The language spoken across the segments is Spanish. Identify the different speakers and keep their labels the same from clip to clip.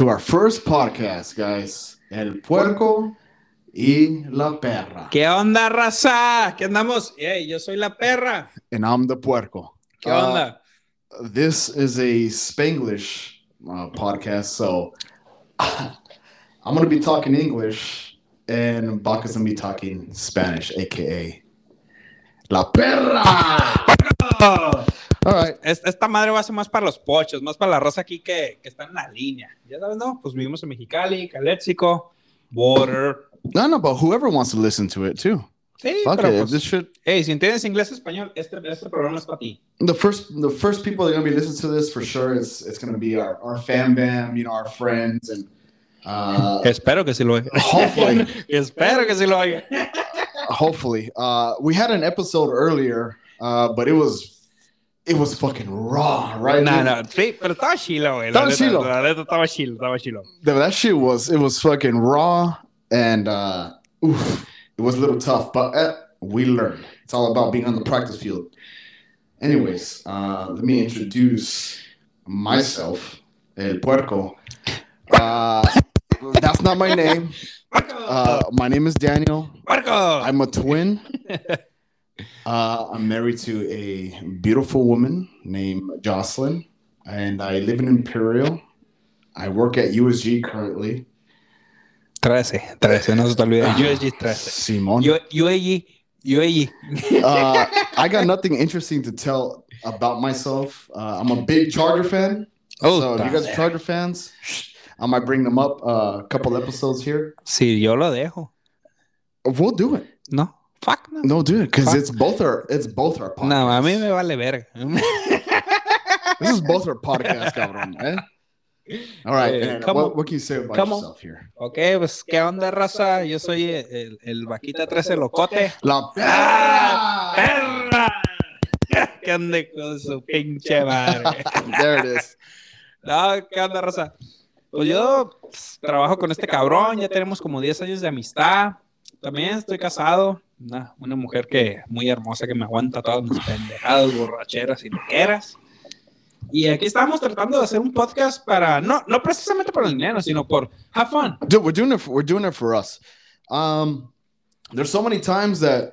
Speaker 1: to our first podcast, guys. El puerco y la perra.
Speaker 2: ¿Qué onda, raza? ¿Qué andamos? Hey, yo soy la perra.
Speaker 1: And I'm the puerco.
Speaker 2: ¿Qué onda?
Speaker 1: Uh, this is a Spanglish uh, podcast, so uh, I'm going to be talking English and Baca's going to be talking Spanish, aka La Perra. All right.
Speaker 2: Es- Esta madre va a ser más para los pochos, más para la raza aquí que, que está en la línea. Ya sabes, ¿no? Pues vivimos en Mexicali, Caléxico, Water.
Speaker 1: No, no, but whoever wants to listen to it too.
Speaker 2: Sí,
Speaker 1: Fuck
Speaker 2: pero
Speaker 1: it.
Speaker 2: pues,
Speaker 1: This shit.
Speaker 2: hey, si entiendes inglés español, este, este programa es para ti.
Speaker 1: The first, the first people that are gonna be listening to this for sure is it's gonna be our, our fan bam, you know, our friends, and uh,
Speaker 2: Espero que sí lo oiga.
Speaker 1: hopefully,
Speaker 2: Espero que sí lo oiga.
Speaker 1: hopefully, uh, we had an episode earlier, uh, but it was, it was fucking raw, right?
Speaker 2: No, no, sí, pero estaba chilo, güey.
Speaker 1: Estaba
Speaker 2: La neta-
Speaker 1: chilo.
Speaker 2: La neta estaba chilo, estaba chilo.
Speaker 1: That, that shit was it was fucking raw and uh oof, it was a little tough, but uh, we learned. It's all about being on the practice field. Anyways, uh, let me introduce myself, El Puerco. Uh, that's not my name. Uh, my name is Daniel.
Speaker 2: ¡Marco!
Speaker 1: I'm a twin. Uh, I'm married to a beautiful woman named Jocelyn, and I live in Imperial. I work at USG currently.
Speaker 2: 13, 13, no se te olvide. USG 13.
Speaker 1: Simon.
Speaker 2: UAG, UAG.
Speaker 1: Uh, I got nothing interesting to tell about myself. Uh, I'm a big Charger fan.
Speaker 2: Oh,
Speaker 1: so if you guys are Charger fans, I might bring them up uh, a couple episodes here.
Speaker 2: Sí, yo lo dejo.
Speaker 1: We'll do it.
Speaker 2: No, fuck no.
Speaker 1: No, do it because it's both our it's both our podcast.
Speaker 2: No, a mí me vale verga.
Speaker 1: This is both our podcast, cabrón. Eh? All right,
Speaker 2: Yeah,
Speaker 1: Anna,
Speaker 2: come
Speaker 1: what,
Speaker 2: on.
Speaker 1: what can you say about
Speaker 2: Come on.
Speaker 1: yourself here?
Speaker 2: ok, pues, ¿qué onda, raza? Yo soy el, el vaquita 13 locote.
Speaker 1: La
Speaker 2: Ah! ¡Perra! ¿Qué onda con su pinche madre?
Speaker 1: there it is.
Speaker 2: No, Ah, ¿qué onda, raza? Pues yo pues, trabajo con este cabrón, ya tenemos como 10 años de amistad. También estoy casado. Una, una mujer que muy hermosa que me aguanta todas mis pendejadas, borracheras y loqueras. Y aquí estamos tratando de hacer un podcast para, no, no precisamente por el dinero, sino por have fun.
Speaker 1: dude we're doing it for, we're doing it for us um there's so many times that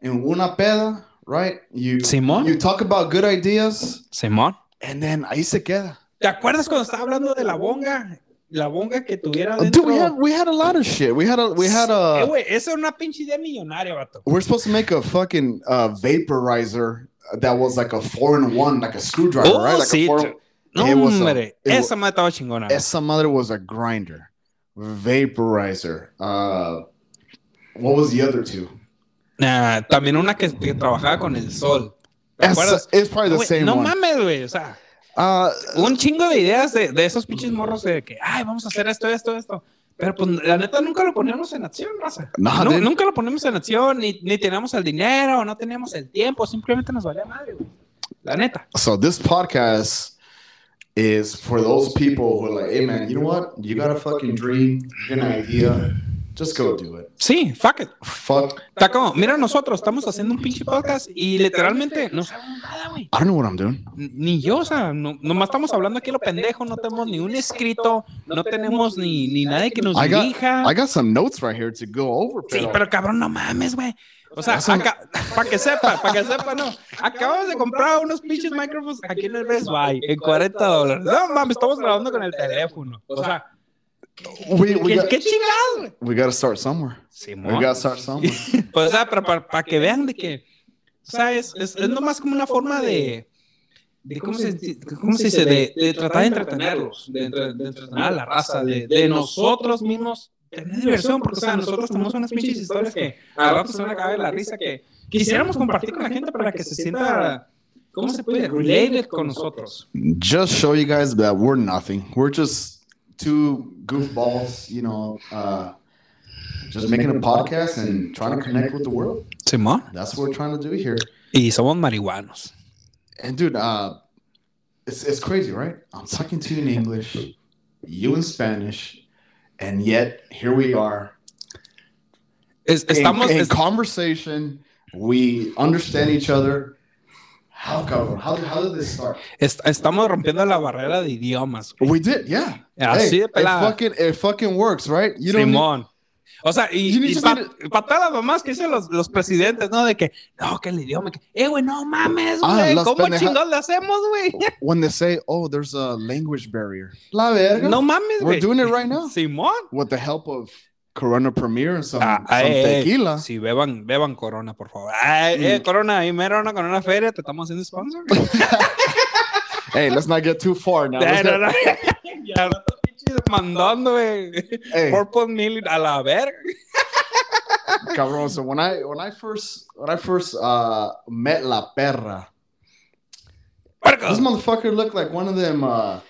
Speaker 1: in una peda right you
Speaker 2: Simón.
Speaker 1: you talk about good ideas
Speaker 2: Simón.
Speaker 1: and then ahí se queda
Speaker 2: ¿Te acuerdas cuando estaba hablando de la bonga? La bonga que tuviera
Speaker 1: dude we had
Speaker 2: dentro.
Speaker 1: we had a lot of shit we had a we had uh,
Speaker 2: Eh,
Speaker 1: a
Speaker 2: güey, esa es una pinche idea millonaria, vato.
Speaker 1: we're supposed to make a fucking uh vaporizer that was like a four in one like a screwdriver
Speaker 2: Oh,
Speaker 1: right like
Speaker 2: sí,
Speaker 1: a four
Speaker 2: dude. No,
Speaker 1: It was a-
Speaker 2: hombre,
Speaker 1: it wa-
Speaker 2: esa me estaba chingona.
Speaker 1: esa mother was a grinder vaporizer uh what was the other two
Speaker 2: Nah, Ah, también una que, que trabajaba con el sol. ¿Te
Speaker 1: Esa-
Speaker 2: acuerdas?
Speaker 1: it's probably the
Speaker 2: Güey,
Speaker 1: same
Speaker 2: no
Speaker 1: one
Speaker 2: mames, güey. O sea,
Speaker 1: uh
Speaker 2: un chingo de ideas de, de esos pinches morros de que, ay, vamos a hacer esto, esto, esto. Pero pues la neta nunca lo ponemos en acción, raza.
Speaker 1: nah,
Speaker 2: No,
Speaker 1: dude.
Speaker 2: nunca lo ponemos en acción, ni, ni teníamos el dinero, no teníamos el tiempo, simplemente nos valía madre, güey. La neta.
Speaker 1: So this podcast is for those people who are like, hey man, you know what? You got a fucking dream, you got an idea, just go do it.
Speaker 2: Sí, fuck it.
Speaker 1: Fuck,
Speaker 2: Está como, mira, nosotros estamos haciendo un pinche podcast y literalmente no sabemos nada, güey.
Speaker 1: I don't know what I'm doing.
Speaker 2: Ni yo, o sea, no, nomás estamos hablando aquí lo pendejo, no tenemos ni un escrito, no tenemos ni, ni nadie que nos
Speaker 1: I got-
Speaker 2: dirija.
Speaker 1: I got some notes right here to go over.
Speaker 2: Sí,
Speaker 1: pero-
Speaker 2: pero cabrón, no mames, güey. O sea,
Speaker 1: Eso no-
Speaker 2: para que sepa, para que sepa, no. Acabamos de comprar unos pinches micrófonos aquí en el Best Buy en 40 dólares. No mames, estamos grabando con el teléfono. O sea,
Speaker 1: we, we,
Speaker 2: ¿qué,
Speaker 1: got,
Speaker 2: qué chingados, güey?
Speaker 1: we got to start somewhere. We
Speaker 2: Simón.
Speaker 1: got to start somewhere.
Speaker 2: Pues, o sea, pero para, para que vean de que, o sea, es, es, es nomás como una forma de, de ¿cómo, se, ¿cómo se dice? De, de tratar de entretenerlos, de, entre- de entretener a la raza, de, de nosotros mismos tener diversión, porque, o sea, nosotros tenemos unas pinches historias que a rato se van a caer la risa que quisiéramos compartir con la gente para que se sienta, ¿cómo se puede? Related con nosotros.
Speaker 1: just show you guys that we're nothing. We're just two goofballs, you know, uh, just making a podcast and trying to connect with the world.
Speaker 2: Simón,
Speaker 1: That's what we're trying to do here.
Speaker 2: y somos marihuanos.
Speaker 1: And dude, uh, it's it's crazy, right? I'm talking to you in English, you in Spanish, and yet here we are. In,
Speaker 2: estamos,
Speaker 1: in conversation, we understand each other. How, cabrón? How, did- how did this start?
Speaker 2: Est- estamos rompiendo la barrera de idiomas. güey.
Speaker 1: We did, yeah.
Speaker 2: Así de
Speaker 1: it
Speaker 2: pelada.
Speaker 1: fucking, it fucking works, right? You don't need-
Speaker 2: Simón. O sea,
Speaker 1: You
Speaker 2: y,
Speaker 1: need
Speaker 2: y
Speaker 1: to
Speaker 2: para
Speaker 1: need
Speaker 2: todas las mamás que dicen los, los presidentes, ¿no? De que, no, que el idioma, que, eh, güey, no mames,
Speaker 1: Ah,
Speaker 2: güey,
Speaker 1: las
Speaker 2: ¿cómo
Speaker 1: pendeja-
Speaker 2: chingados le hacemos, güey?
Speaker 1: when they say, "Oh, there's a language barrier," la verga.
Speaker 2: No mames,
Speaker 1: We're
Speaker 2: güey.
Speaker 1: doing it right now.
Speaker 2: Simón.
Speaker 1: with the help of Corona Premier and some,
Speaker 2: Ah,
Speaker 1: some
Speaker 2: eh, eh,
Speaker 1: tequila.
Speaker 2: Sí, beban, beban Corona, por favor. Ay, eh,
Speaker 1: Mm.
Speaker 2: Corona, ahí mero una Corona Feria, te estamos haciendo sponsor. güey.
Speaker 1: Hey, let's not get too far now. Let's
Speaker 2: Eh, no,
Speaker 1: not-
Speaker 2: no. Ya no te pinches mandando, güey.
Speaker 1: Hey,
Speaker 2: Purple Mill a la verga.
Speaker 1: cabrón. So when I when I first when I first uh, met La Perra,
Speaker 2: Puerco.
Speaker 1: this motherfucker looked like one of them. Uh,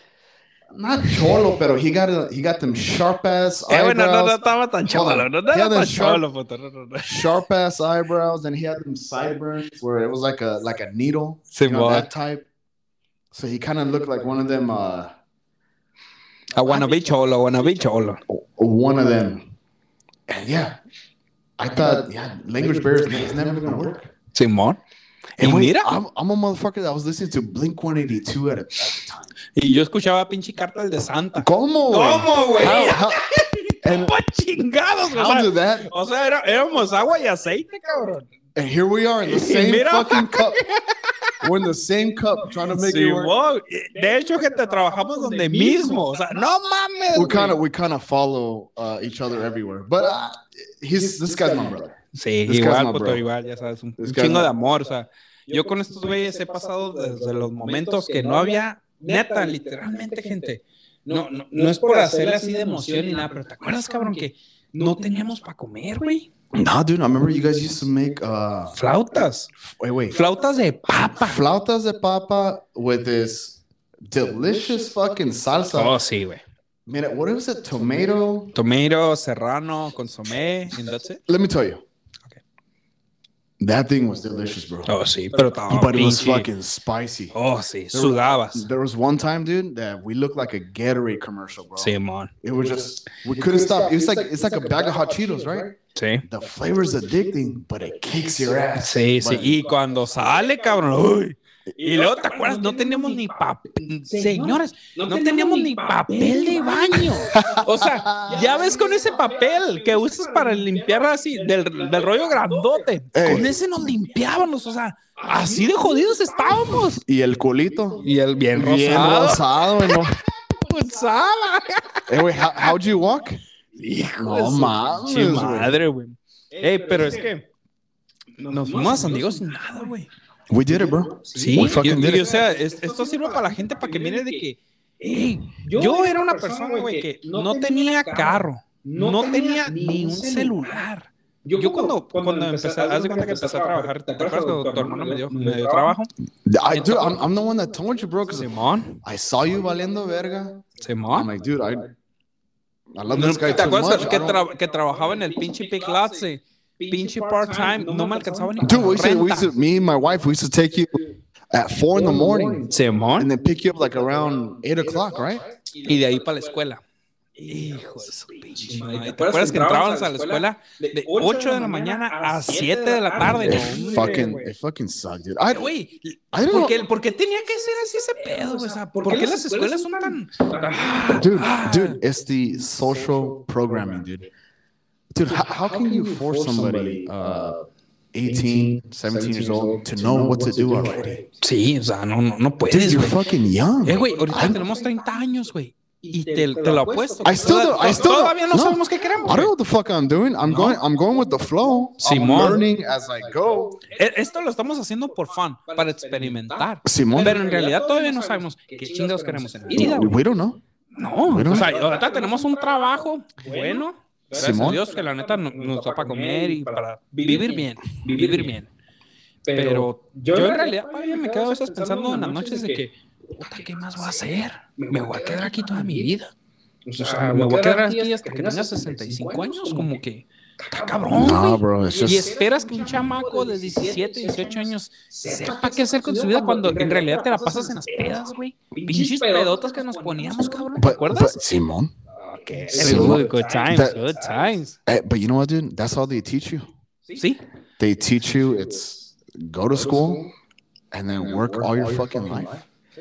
Speaker 1: not cholo, pero he got a, he got them sharp ass
Speaker 2: Eh, bueno, no, no
Speaker 1: eyebrows,
Speaker 2: estaba tan cholo, no, no
Speaker 1: Ya
Speaker 2: era
Speaker 1: de
Speaker 2: tan
Speaker 1: short-
Speaker 2: cholo, puto, no, no, no.
Speaker 1: sharp ass eyebrows, and he had them sideburns where it was like a like a needle. you know,
Speaker 2: Simón.
Speaker 1: that type. So he kind of looked like one of them. Uh,
Speaker 2: I wanna be cholo, wanna be Ah, cholo.
Speaker 1: one of them. And yeah, I thought, yeah, language barriers is never gonna work.
Speaker 2: Simón. Y
Speaker 1: And wait,
Speaker 2: mira,
Speaker 1: I'm, I'm a motherfucker that was listening to Blink 182 at, a, at the time.
Speaker 2: y yo escuchaba pinche cartas de Santa.
Speaker 1: ¿Cómo? güey?
Speaker 2: ¿Cómo, güey? Ah,
Speaker 1: How, how, and
Speaker 2: ¿Cómo chingados, o
Speaker 1: how
Speaker 2: sea,
Speaker 1: did that?
Speaker 2: o sea, era- éramos agua y aceite, cabrón.
Speaker 1: And here we are in the
Speaker 2: Y
Speaker 1: same
Speaker 2: mira.
Speaker 1: fucking cup. We're in the same cup trying to make it work.
Speaker 2: Simón, de hecho, gente, trabajamos donde mismo. O sea, no mames.
Speaker 1: We
Speaker 2: güey.
Speaker 1: kind of we kind of follow uh, each other everywhere, but uh, he's this guy's my brother.
Speaker 2: Sí,
Speaker 1: This guy's
Speaker 2: igual,
Speaker 1: my
Speaker 2: puto,
Speaker 1: bro.
Speaker 2: igual, ya sabes, un,
Speaker 1: This
Speaker 2: un
Speaker 1: guy's
Speaker 2: chingo
Speaker 1: my-
Speaker 2: de amor. O sea, yo con estos güeyes he pasado desde los momentos que no había, neta, literalmente, gente. No, no, no es por hacerle así de emoción ni nada, pero ¿te acuerdas, cabrón, que no teníamos para comer, güey?
Speaker 1: Nah, dude, I remember you guys used to make uh,
Speaker 2: Flautas.
Speaker 1: wait, wait,
Speaker 2: Flautas de papa.
Speaker 1: flautas de papa with this delicious fucking salsa.
Speaker 2: Oh, sí, güey.
Speaker 1: Mira, what is it? Tomato?
Speaker 2: Tomero, serrano, consomé, and that's it.
Speaker 1: Let me tell you.
Speaker 2: Okay.
Speaker 1: That thing was delicious, bro.
Speaker 2: Oh, sí, pero estaba
Speaker 1: but it was
Speaker 2: pinche-
Speaker 1: fucking spicy.
Speaker 2: Oh, sí, sudabas.
Speaker 1: There was one time, dude, that we looked like a Gatorade commercial, bro.
Speaker 2: Simón.
Speaker 1: It was just we couldn't stop. It was like it's like a bag of hot Cheetos, right?
Speaker 2: Sí.
Speaker 1: The flavor's addicting, but it kicks your ass.
Speaker 2: Sí, sí.
Speaker 1: Bueno.
Speaker 2: Y cuando sale, cabrón. uy. Y luego, ¿te acuerdas? No teníamos ni papel. Señores, no teníamos ni papel de baño. O sea, ya ves con ese papel que usas para limpiar así, del, del rollo grandote.
Speaker 1: Ey.
Speaker 2: Con ese nos limpiábamos. O sea, así de jodidos estábamos.
Speaker 1: Y el culito.
Speaker 2: Y el bien
Speaker 1: Bien
Speaker 2: rosado.
Speaker 1: rosado, no.
Speaker 2: Pulsaba.
Speaker 1: Hey, wait, how, how'd you walk?
Speaker 2: Hijo
Speaker 1: No mames,
Speaker 2: Che
Speaker 1: güey.
Speaker 2: pues, madre, güey. Ey, pero es que nos fuimos a San Diego sin nada, güey.
Speaker 1: We did it, bro.
Speaker 2: Sí,
Speaker 1: We
Speaker 2: yo-
Speaker 1: fucking did
Speaker 2: y, o
Speaker 1: it.
Speaker 2: sea, es- esto sirve para la gente para que mire de que "Ey, yo era una persona, güey, que no tenía carro, no tenía ni un celular. Yo cuando, cuando empecé, haz de cuenta que empecé a trabajar, ¿te acuerdas cuando tu hermano me dio, me dio trabajo?
Speaker 1: I, dude, I'm, I'm the one that told you, bro, because
Speaker 2: Simón,
Speaker 1: I saw you valiendo verga. I'm
Speaker 2: Simón.
Speaker 1: like, dude, I, I love this guy
Speaker 2: ¿Te
Speaker 1: too much.
Speaker 2: acuerdas
Speaker 1: I
Speaker 2: que,
Speaker 1: don't-
Speaker 2: tra- que trabajaba en el pinche Pick Lots, eh? pinche part-time, no me alcanzaba ni
Speaker 1: Dude, we used, to, we
Speaker 2: renta.
Speaker 1: used to, me and my wife, we used to take you at four in the morning
Speaker 2: Simón.
Speaker 1: and then pick you up like around eight o'clock, right?
Speaker 2: Y de ahí para la escuela. Hijo de su pinche madre. ¿Te acuerdas que entrábamos a la escuela de 8 de la mañana a 7 de la tarde?
Speaker 1: It
Speaker 2: No, hombre,
Speaker 1: fucking,
Speaker 2: güey.
Speaker 1: it fucking sucked, dude. I,
Speaker 2: Güey,
Speaker 1: I
Speaker 2: ¿por
Speaker 1: don't
Speaker 2: qué, por qué tenía que ser así ese pedo? güey? O sea, ¿por, qué las escuelas son tan...
Speaker 1: know, dude, dude, it's the social programming, dude. Dude, how, how can you force somebody, uh, 18, 17 years old to know what to do already?
Speaker 2: Sí, o sea, no, no, no
Speaker 1: Dude,
Speaker 2: puedes,
Speaker 1: you're
Speaker 2: güey.
Speaker 1: fucking young.
Speaker 2: Eh, güey, ahorita tenemos 30 años, güey. Y te, te lo apuesto.
Speaker 1: I still don't- I still don't-
Speaker 2: Todavía no,
Speaker 1: no.
Speaker 2: sabemos qué queremos.
Speaker 1: I don't know
Speaker 2: güey.
Speaker 1: what the fuck I'm doing. I'm
Speaker 2: No.
Speaker 1: going. I'm going with the flow.
Speaker 2: Simón.
Speaker 1: I'm learning as I go.
Speaker 2: Eh, Esto lo estamos haciendo por fun, para experimentar.
Speaker 1: Simón.
Speaker 2: Pero en realidad todavía no sabemos qué chingados queremos en la vida, güey.
Speaker 1: We don't know.
Speaker 2: No,
Speaker 1: Bueno.
Speaker 2: o sea, ahorita tenemos un trabajo bueno. Gracias
Speaker 1: Simón.
Speaker 2: a Dios que la neta no- nos da para comer y para vivir bien, vivir bien. Pero yo en realidad todavía me quedo a veces pensando en las noches de que, puta, ¿qué más voy a hacer? Me voy a quedar aquí toda mi vida. O sea, me voy a quedar aquí hasta que tenga 65 años, como que, está cabrón,
Speaker 1: No,
Speaker 2: güey.
Speaker 1: bro. It's
Speaker 2: Y
Speaker 1: just.
Speaker 2: esperas que un chamaco de 17, 18 años sepa qué hacer con su vida cuando en realidad te la pasas en las pedas, güey. Pinches pedotas que nos poníamos, cabrón. ¿Te
Speaker 1: But, but
Speaker 2: acuerdas?
Speaker 1: Simón.
Speaker 2: Okay.
Speaker 1: Simón.
Speaker 2: Good times,
Speaker 1: That-
Speaker 2: good times.
Speaker 1: eh, but you know what, dude? That's all they teach you.
Speaker 2: Sí,
Speaker 1: They teach you. It's go to school, and then work all your fucking life.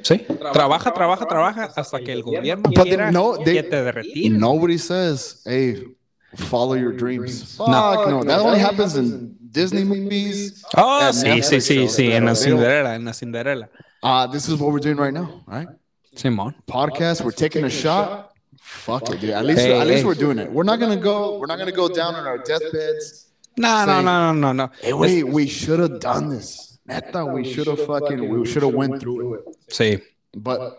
Speaker 2: Sí. Trabaja, trabaja, trabaja hasta que el gobierno
Speaker 1: But
Speaker 2: quiera
Speaker 1: then, no,
Speaker 2: que
Speaker 1: they-
Speaker 2: te derretires.
Speaker 1: Nobody says, "Hey, follow your dreams." Fuck
Speaker 3: No.
Speaker 1: no, that only happens in Disney movies.
Speaker 2: Oh,
Speaker 1: That
Speaker 2: sí,
Speaker 1: Netflix
Speaker 2: sí, sí,
Speaker 1: shows,
Speaker 2: sí,
Speaker 1: pero
Speaker 2: en la
Speaker 1: they don't-
Speaker 2: Cinderella, en la Cinderella.
Speaker 1: Uh, this is what we're doing right now, right?
Speaker 2: Simón.
Speaker 1: Podcast. We're taking a shot. Fuck it, dude. At least,
Speaker 2: Hey,
Speaker 1: at least
Speaker 2: hey.
Speaker 1: we're doing it. We're not gonna go. We're not gonna go down on our deathbeds.
Speaker 2: No, no,
Speaker 1: Sí.
Speaker 2: no, no, no, no.
Speaker 1: Hey, wait, we should have done this. Neta, we should have fucking, we should have went through it.
Speaker 2: Sí.
Speaker 1: But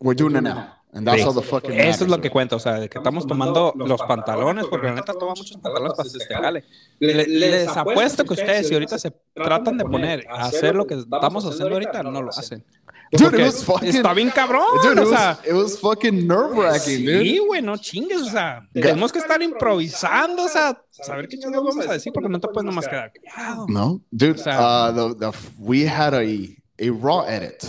Speaker 1: we're doing it now, and that's
Speaker 2: Sí.
Speaker 1: all the fucking.
Speaker 2: Eso es
Speaker 1: matters.
Speaker 2: lo que cuenta, o sea, de que estamos tomando los pantalones, porque la neta toma muchos pantalones para hacer este jale. Le- Les apuesto que ustedes, si ahorita se tratan de poner a hacer lo que estamos haciendo ahorita, no lo hacen.
Speaker 1: Dude,
Speaker 2: Porque
Speaker 1: it was fucking.
Speaker 2: está bien cabrón,
Speaker 1: Dude, it
Speaker 2: o sea.
Speaker 1: was, it was fucking nerve wracking, dude.
Speaker 2: Sí, güey, no chingues, o sea, tenemos que estar improvisando, o sea, saber qué chingados vamos a decir, porque no te puedes nomás quedar callado.
Speaker 1: No, dude.
Speaker 2: Sad.
Speaker 1: Uh, the, the we had a a raw edit.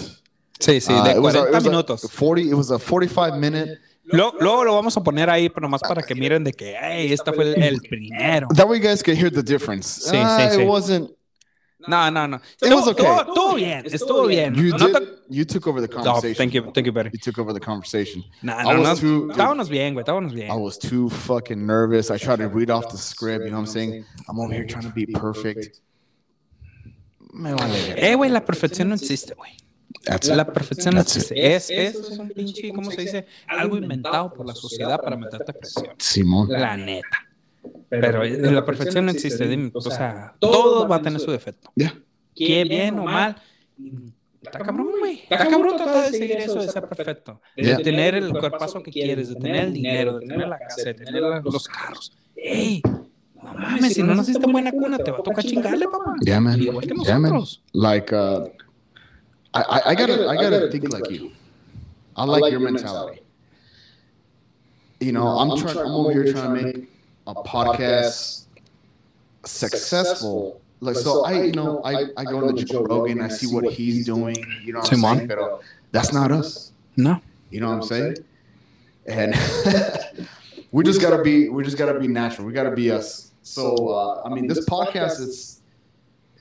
Speaker 2: Sí, sí,
Speaker 1: Uh,
Speaker 2: de
Speaker 1: it was a-
Speaker 2: 40
Speaker 1: it was a
Speaker 2: minutos.
Speaker 1: Forty. It was a forty-five minute.
Speaker 2: Lo- luego lo vamos a poner ahí, pero nomás para que miren de que, hey, este fue el, el primero.
Speaker 1: That way, you guys could hear the difference.
Speaker 2: Sí,
Speaker 1: Uh,
Speaker 2: sí, sí.
Speaker 1: It wasn't.
Speaker 2: No, no, no.
Speaker 1: It was
Speaker 2: Estuvo,
Speaker 1: okay.
Speaker 2: estuvo- estuvo bien, estuvo bien.
Speaker 1: You
Speaker 2: No
Speaker 1: did.
Speaker 2: tan-
Speaker 1: You took over the
Speaker 2: No,
Speaker 1: conversation.
Speaker 2: thank you, thank you, Barry.
Speaker 1: You took over the conversation.
Speaker 2: Nah,
Speaker 1: I
Speaker 2: no, no,
Speaker 1: was too-
Speaker 2: estábamos bien, güey, estábamos bien.
Speaker 1: I was too fucking nervous. I tried to read off the script. You know what I'm saying? I'm over here trying to be perfect. Me vale.
Speaker 2: Eh, güey, la perfección no existe, güey.
Speaker 1: That's
Speaker 2: La
Speaker 1: it.
Speaker 2: perfección no
Speaker 1: That's it.
Speaker 2: existe. Es, eso es un pinche, ¿cómo se dice? Algo inventado por la sociedad para meterte presión.
Speaker 1: Simón.
Speaker 2: La neta. Pero eh, la perfección no existe. dime, o sea, todo va a tener su defecto.
Speaker 1: Yeah.
Speaker 2: Qué bien o mal. Está cabrón, güey. Está cabrón tratar de seguir eso de ser perfecto. De
Speaker 1: Yeah.
Speaker 2: tener el cuerpazo que quieres, de tener el dinero, de tener la casa, de tener la- los carros. ¡Ey! No mames, si no naciste en buena cuna, te va a tocar chingarle, papá.
Speaker 1: Yeah, man.
Speaker 2: Igual que
Speaker 1: Yeah, man.
Speaker 2: nosotros.
Speaker 1: Like, uh, I, I, I gotta, I gotta think like you. I like your mentality. You know, I'm trying. I'm over here trying to make a podcast successful. Like, so I, you know, I, I go into Joe Rogan. I see what he's doing. You know what I'm
Speaker 2: Simón.
Speaker 1: saying? Pero That's not us.
Speaker 2: No.
Speaker 1: You know what I'm saying? And we just gotta be we just gotta be natural. We gotta be us. So uh, I mean, this podcast is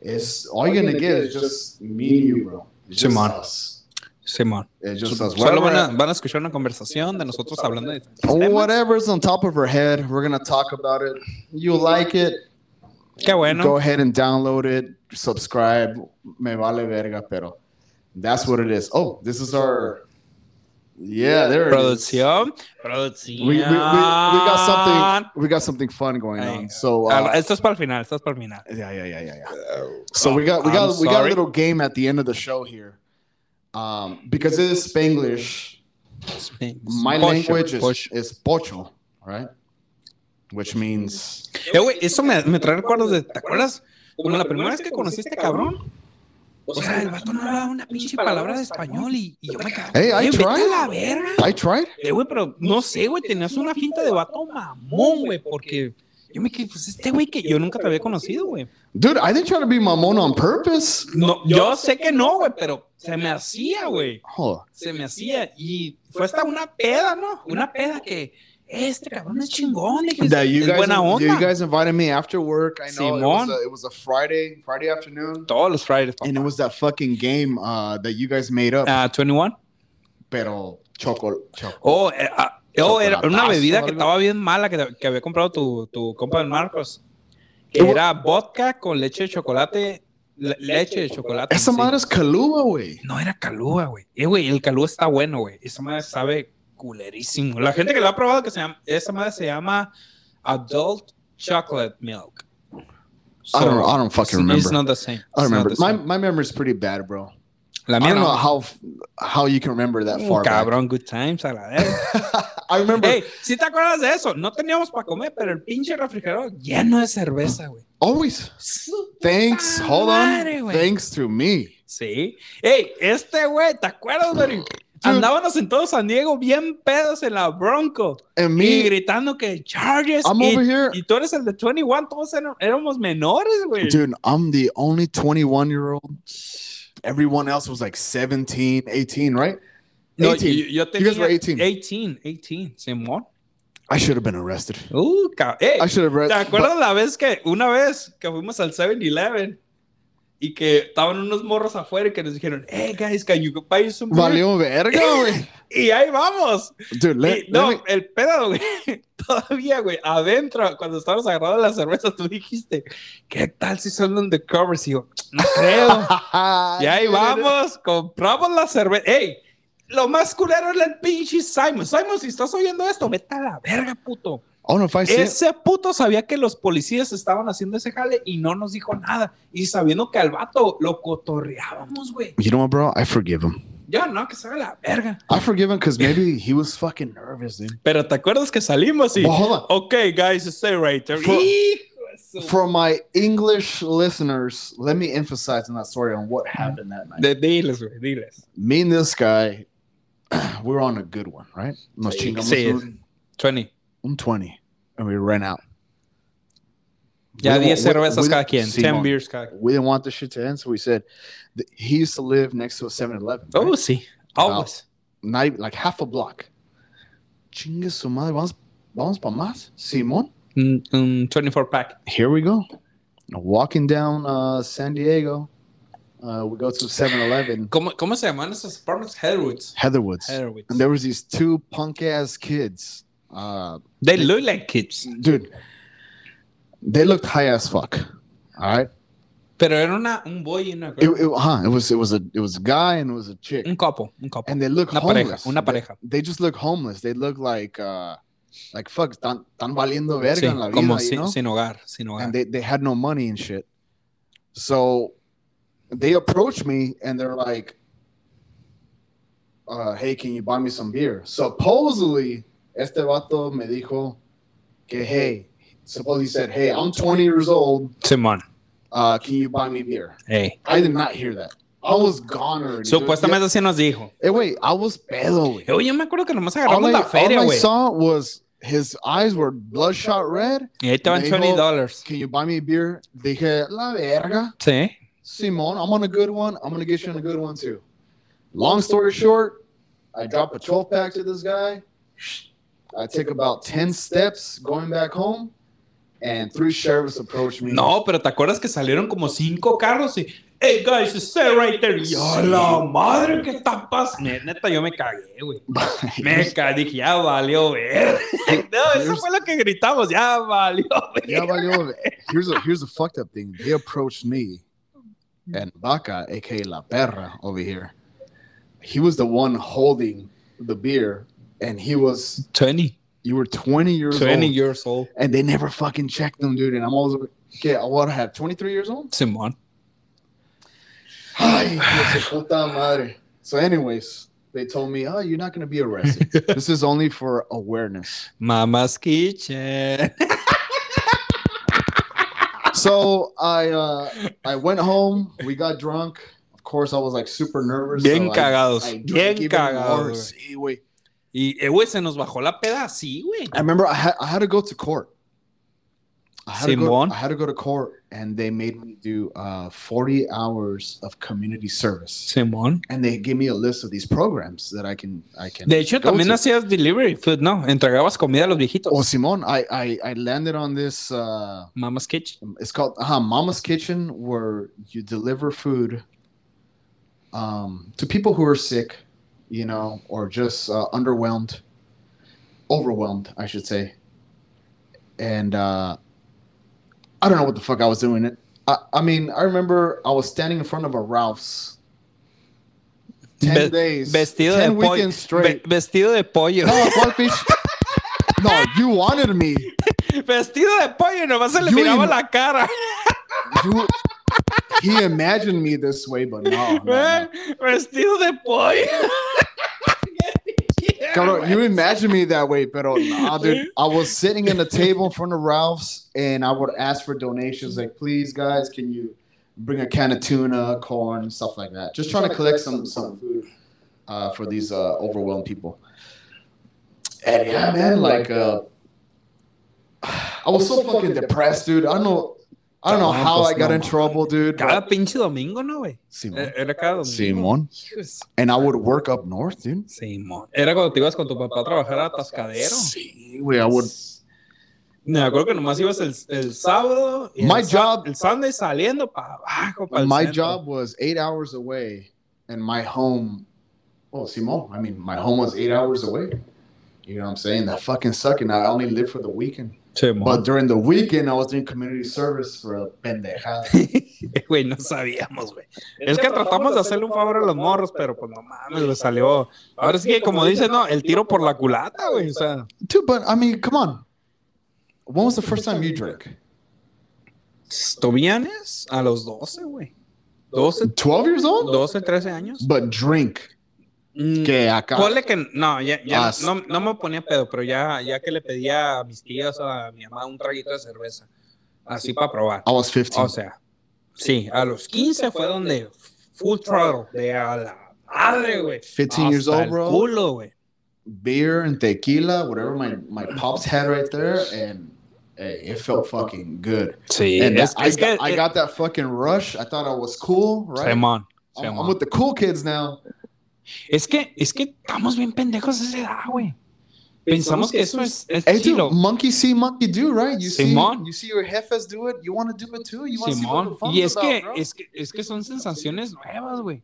Speaker 1: is all you're gonna get is just me and you, bro. It's just
Speaker 2: Simón.
Speaker 1: us.
Speaker 2: Simón.
Speaker 1: It's just us.
Speaker 2: Solo van a,
Speaker 1: Whatever,
Speaker 2: van a escuchar una conversación de nosotros hablando de diferentes temas.
Speaker 1: whatever's on top of our head, we're gonna talk about it. You like it?
Speaker 2: Qué
Speaker 1: Go
Speaker 2: bueno.
Speaker 1: ahead and download it. Subscribe. Me vale verga, pero that's what it is. Oh, this is our yeah. There it is.
Speaker 2: Producción. Producción.
Speaker 1: we, we, we, we got something we got something fun going
Speaker 2: Hey.
Speaker 1: on. So
Speaker 2: Ah,
Speaker 1: uh,
Speaker 2: Esto es para el final, esto es para el final.
Speaker 1: yeah, yeah, yeah, yeah, yeah. So we got we got
Speaker 2: Oh, I'm
Speaker 1: we got a
Speaker 2: sorry.
Speaker 1: little game at the end of the show here, um, because it is Spanglish. My
Speaker 2: Pocho,
Speaker 1: language is,
Speaker 2: pocho.
Speaker 1: is pocho, right? Which means
Speaker 2: Eh, güey, eso me, me trae recuerdos de, ¿te acuerdas? Como la primera vez que conociste, este cabrón. O sea, el vato no hablaba una pinche palabra de español y, y yo me cagaba.
Speaker 1: Hey, I
Speaker 2: Güey, vete
Speaker 1: tried.
Speaker 2: a la verga.
Speaker 1: I tried.
Speaker 2: Eh, güey, pero no sé, güey, tenías una finta de vato mamón, güey, porque yo me quedé, pues este güey que yo nunca te había conocido, güey.
Speaker 1: Dude, I didn't try to be mamón on purpose.
Speaker 2: No, yo sé que no, güey, pero se me hacía, güey.
Speaker 1: Oh,
Speaker 2: se me hacía. Y fue hasta una peda, ¿no? Una peda que este cabrón es chingón. dije,
Speaker 1: that you
Speaker 2: es
Speaker 1: guys,
Speaker 2: buena onda.
Speaker 1: you guys invited me after work. I know it was,
Speaker 2: Simón.
Speaker 1: a, it was a Friday, Friday afternoon,
Speaker 2: Todos los Fridays.
Speaker 1: and it was that fucking game uh, that you guys made up.
Speaker 2: Ah, 21.
Speaker 1: pero choco, choco.
Speaker 2: Oh, eh, ah, oh, era una
Speaker 1: Chocolatazo,
Speaker 2: bebida que
Speaker 1: algo.
Speaker 2: estaba bien mala que, que había comprado tu, tu compa del Marcos. Que
Speaker 1: Yo-
Speaker 2: era vodka con leche de chocolate. le- leche de chocolate.
Speaker 1: Esa
Speaker 2: sí.
Speaker 1: madre es Kahlua, güey.
Speaker 2: No era calúa, güey. Eh, güey, el calúa está bueno, güey. Esa madre sabe culerísimo. La gente que lo ha probado, que se llama, esa madre se llama Adult Chocolate Milk.
Speaker 1: I don't, I don't fucking
Speaker 2: it's- It's
Speaker 1: remember.
Speaker 2: not the same.
Speaker 1: I don't
Speaker 2: It's not
Speaker 1: remember.
Speaker 2: the
Speaker 1: My
Speaker 2: same.
Speaker 1: my memory's pretty bad, bro.
Speaker 2: La
Speaker 1: I
Speaker 2: mía
Speaker 1: don't know
Speaker 2: no.
Speaker 1: how how you can remember that
Speaker 2: Un
Speaker 1: far. back.
Speaker 2: cabrón, good times a la verga.
Speaker 1: I remember.
Speaker 2: Ey, si te acuerdas de eso, no teníamos para comer, pero el pinche refrigerador lleno de cerveza, güey.
Speaker 1: Always.
Speaker 2: Su-
Speaker 1: Thanks. Hold on.
Speaker 2: madre, güey.
Speaker 1: Thanks to me.
Speaker 2: Sí. Ey, este güey, ¿te acuerdas, Barry? Andábamos en todo San Diego bien pedos en la Bronco.
Speaker 1: And me.
Speaker 2: Y gritando que Chargers.
Speaker 1: I'm
Speaker 2: y,
Speaker 1: over here.
Speaker 2: y tú eres el de 21, todos eran- éramos menores, güey.
Speaker 1: Dude, I'm the only 21 year old. Everyone else was like 17, 18, right?
Speaker 2: No,
Speaker 1: 18.
Speaker 2: yo- yo
Speaker 1: guys were 18.
Speaker 2: 18, 18, Simón.
Speaker 1: I should have been arrested.
Speaker 2: Uh, ca- ey,
Speaker 1: I should have.
Speaker 2: ¿Te
Speaker 1: arrested.
Speaker 2: acuerdas la vez que, una vez que fuimos al 7-Eleven y que estaban unos morros afuera y que nos dijeron, hey guys, can you buy some beer?"
Speaker 1: Valió verga, güey.
Speaker 2: Y ahí vamos.
Speaker 1: Dude, let-
Speaker 2: Y no,
Speaker 1: let me-
Speaker 2: el pedo, güey. Todavía, güey, adentro, cuando estábamos agarrando la cerveza, tú dijiste, ¿qué tal si son undercovers? Y yo, no creo. Y ahí vamos, compramos la cerveza. ¡Ey! Lo más culero era el pinche Simon. Simon, si estás oyendo esto, vete a la verga, puto.
Speaker 1: I don't know if I see-
Speaker 2: Ese puto sabía que los policías estaban haciendo ese jale y no nos dijo nada. Y sabiendo que al vato lo cotorreábamos, güey.
Speaker 1: You know what, bro? I forgive him.
Speaker 2: Ya no, que se haga la verga.
Speaker 1: I forgive him because maybe he was fucking nervous, dude.
Speaker 2: Pero ¿te acuerdas que salimos y...
Speaker 1: Well, hold on.
Speaker 2: Ok, guys, stay right there.
Speaker 1: Fue-
Speaker 2: Hijo de su-
Speaker 1: For my English listeners, let me emphasize in that story on what happened that night.
Speaker 2: De- diles, güey, diles.
Speaker 1: me and this guy, we were on a good one, right? Nos
Speaker 2: Sí,
Speaker 1: chingamos
Speaker 2: sí.
Speaker 1: un,
Speaker 2: 20.
Speaker 1: un 20, and we ran out.
Speaker 2: Ya
Speaker 1: We-
Speaker 2: 10
Speaker 1: we-
Speaker 2: cervezas
Speaker 1: we-
Speaker 2: cada quien. 10
Speaker 1: Simón.
Speaker 2: beers cada quien.
Speaker 1: We didn't want this shit to end, so we said th- he used to live next to a 7 Eleven.
Speaker 2: Oh, sí. Always.
Speaker 1: not even, like half a block. Chinga su madre, vamos, vamos pa más, Simón.
Speaker 2: Un un 24 pack.
Speaker 1: Here we go. Walking down uh, San Diego, uh, we go to 7 Eleven,
Speaker 2: ¿Cómo, ¿Cómo se llaman esos apartments? Heatherwoods.
Speaker 1: Heatherwoods.
Speaker 2: Heatherwoods.
Speaker 1: And there was these two punk ass kids. Uh,
Speaker 2: They look like kids.
Speaker 1: dude, they looked high as fuck. All right.
Speaker 2: Pero era una, un boy y una
Speaker 1: It,
Speaker 2: girl.
Speaker 1: it, huh, it was it was a it was a guy and it was a chick.
Speaker 2: un copo, un copo.
Speaker 1: And they look
Speaker 2: Mm. Una pareja,
Speaker 1: Eh, homeless.
Speaker 2: una
Speaker 1: They-
Speaker 2: pareja.
Speaker 1: They, just look homeless. They look like uh like fuck, tan, tan valiendo verga
Speaker 2: Sí,
Speaker 1: en la vida,
Speaker 2: como
Speaker 1: you
Speaker 2: sin,
Speaker 1: know?
Speaker 2: sin hogar, sin hogar.
Speaker 1: and they, they had no money and shit. So they approached me and they're like, uh, hey, can you buy me some beer? Supposedly, este vato me dijo que, hey, supposedly said, hey, I'm 20 years old.
Speaker 2: Simón,
Speaker 1: Uh, can you buy me beer?
Speaker 2: hey.
Speaker 1: I did not hear that. I was gone already. dude.
Speaker 2: Supuestamente así nos dijo.
Speaker 1: Yeah. Hey, wait, I was pedo. güey.
Speaker 2: Oye, yo me acuerdo que nomás
Speaker 1: All
Speaker 2: agarramos
Speaker 1: I,
Speaker 2: la feria,
Speaker 1: all I
Speaker 2: güey.
Speaker 1: saw was his eyes were bloodshot red.
Speaker 2: Y ahí estaban
Speaker 1: me dijo-
Speaker 2: 20 dólares.
Speaker 1: Can you buy me a beer? Dije, la verga.
Speaker 2: Sí.
Speaker 1: Simon, I'm on a good one. I'm gonna get you on a good one too. Long story short, I drop a 12 pack to this guy. I take about 10 steps going back home, and three sheriffs approach me.
Speaker 2: No, pero ¿te acuerdas que salieron como cinco carros y... Hey, guys, stay right there. Y a la madre que está pasando. Neta, yo me cagué, güey. Me cagué, dije, ya valió ver. No, eso
Speaker 1: Here's-
Speaker 2: fue lo que gritamos, ya valió ver.
Speaker 1: Yeah, valió. here's a here's a fucked up thing. They approached me, and Baca, aka La Perra, over here. He was the one holding the beer, and he was
Speaker 2: 20.
Speaker 1: you were 20 years
Speaker 2: 20
Speaker 1: old.
Speaker 2: years old.
Speaker 1: and they never fucking checked them, dude. And I'm always like, okay, I want to have 23 years old.
Speaker 2: Simón.
Speaker 1: Ay, hijo de su puta madre. So, anyways, they told me, oh, you're not going to be arrested. this is only for awareness.
Speaker 2: Mama's Kitchen.
Speaker 1: So I uh, I went home. We got drunk. Of course, I was like super nervous.
Speaker 2: Bien
Speaker 1: so I-
Speaker 2: cagados.
Speaker 1: I drank
Speaker 2: bien
Speaker 1: even more.
Speaker 2: cagados. güey.
Speaker 1: Sí, güey.
Speaker 2: Y, eh, güey, se nos bajó la peda así, güey.
Speaker 1: I remember I had I had to go to court. I had, to go,
Speaker 2: Simón.
Speaker 1: I had to go to court, and they made me do uh, 40 hours of community service.
Speaker 2: Simón.
Speaker 1: and they give me a list of these programs that I can I can.
Speaker 2: De hecho,
Speaker 1: go
Speaker 2: también
Speaker 1: to.
Speaker 2: hacías delivery food, ¿no? Entregabas comida a los viejitos.
Speaker 1: Oh, Simon, I I, I landed on this. Uh,
Speaker 2: Mama's Kitchen.
Speaker 1: it's called uh, Mama's Kitchen, where you deliver food um, to people who are sick, you know, or just uh, underwhelmed, overwhelmed, I should say. And uh, I don't know what the fuck I was doing. It. I, I mean, I remember I was standing in front of a Ralph's. Ten
Speaker 2: Ve-
Speaker 1: days,
Speaker 2: Vestido
Speaker 1: ten
Speaker 2: de pollo.
Speaker 1: weekends straight.
Speaker 2: Ve- vestido de pollo.
Speaker 1: No, goldfish. No, you wanted me.
Speaker 2: Vestido de pollo y nomás se le
Speaker 1: Yo
Speaker 2: miraba
Speaker 1: im-
Speaker 2: la cara.
Speaker 1: You, he imagined me this way, but no. no, no.
Speaker 2: Güey, ¿Eh? Vestido de pollo. Yeah,
Speaker 1: Cabrón,
Speaker 2: güey.
Speaker 1: you imagined me that way, pero nah, dude. I was sitting in a table in front of Ralph's, and I would ask for donations, like, please, guys, can you bring a can of tuna, corn, stuff like that. Just trying to collect some some food uh, for these uh, overwhelmed people. And yeah, man, like, uh, I was so fucking depressed, dude. I don't know. I don't know
Speaker 2: Cabrón,
Speaker 1: how
Speaker 2: pues,
Speaker 1: I got
Speaker 2: no
Speaker 1: in
Speaker 2: mames.
Speaker 1: trouble, dude. but-
Speaker 2: Cada pinche domingo, ¿no, güey?
Speaker 1: Simón.
Speaker 2: Eh, Era cada domingo.
Speaker 1: Simón.
Speaker 2: Hijo de su-
Speaker 1: And I would work up north, dude.
Speaker 2: Simón. Era cuando te ibas con tu papá a trabajar a Atascadero.
Speaker 1: Sí, güey, I would.
Speaker 2: Me acuerdo que nomás ibas el, el sábado y
Speaker 1: My
Speaker 2: el, sa-
Speaker 1: job-
Speaker 2: el Sunday saliendo para abajo. Para
Speaker 1: my job was eight hours away, and my home. Oh, Simon. I mean, my home was eight hours away. You know what I'm saying? That fucking sucking. I only lived for the weekend. But during the weekend, I was doing community service for a pendejada.
Speaker 2: Güey, no sabíamos, güey. Es que tratamos de hacerle un favor a los morros, pero pues no mames, le salió. Ahora es que, como dice, no, el tiro por la culata, güey. O sea,
Speaker 1: Dude, but I mean, come on. When was the first time you drank?
Speaker 2: Tobianes a los 12, güey. 12,
Speaker 1: 12 years old?
Speaker 2: 12, 13 años.
Speaker 1: But drink.
Speaker 2: Mm,
Speaker 1: Que acá.
Speaker 2: Ponle que no, ya, ya
Speaker 1: Ah,
Speaker 2: no, no me ponía pedo, pero ya, ya que le pedía a mis tías o a mi mamá un traguito de cerveza, así para probar.
Speaker 1: I was 15.
Speaker 2: O sea, sí, a los 15 fue donde full throttle, de a la madre, güey.
Speaker 1: 15 years
Speaker 2: Hasta
Speaker 1: old,
Speaker 2: el
Speaker 1: bro.
Speaker 2: culo, güey.
Speaker 1: Beer and tequila, whatever my, my pops had right there. And hey, it felt fucking good.
Speaker 2: Sí,
Speaker 1: And
Speaker 2: es,
Speaker 1: that- I,
Speaker 2: es que
Speaker 1: got, I got that fucking rush. I thought I was cool, right? I'm,
Speaker 2: Simón,
Speaker 1: I'm
Speaker 2: Simón.
Speaker 1: with the cool kids now.
Speaker 2: Es que, es que estamos bien pendejos a esa edad, güey. Pensamos que eso es, es
Speaker 1: Hey, dude,
Speaker 2: chilo.
Speaker 1: monkey see, monkey do, right? You
Speaker 2: Simon.
Speaker 1: see, you see your jefes do it. You want to do it too. You want to see what the
Speaker 2: Simón.
Speaker 1: fun's
Speaker 2: Y es
Speaker 1: about,
Speaker 2: que,
Speaker 1: bro.
Speaker 2: es que, es que son sensaciones nuevas, güey.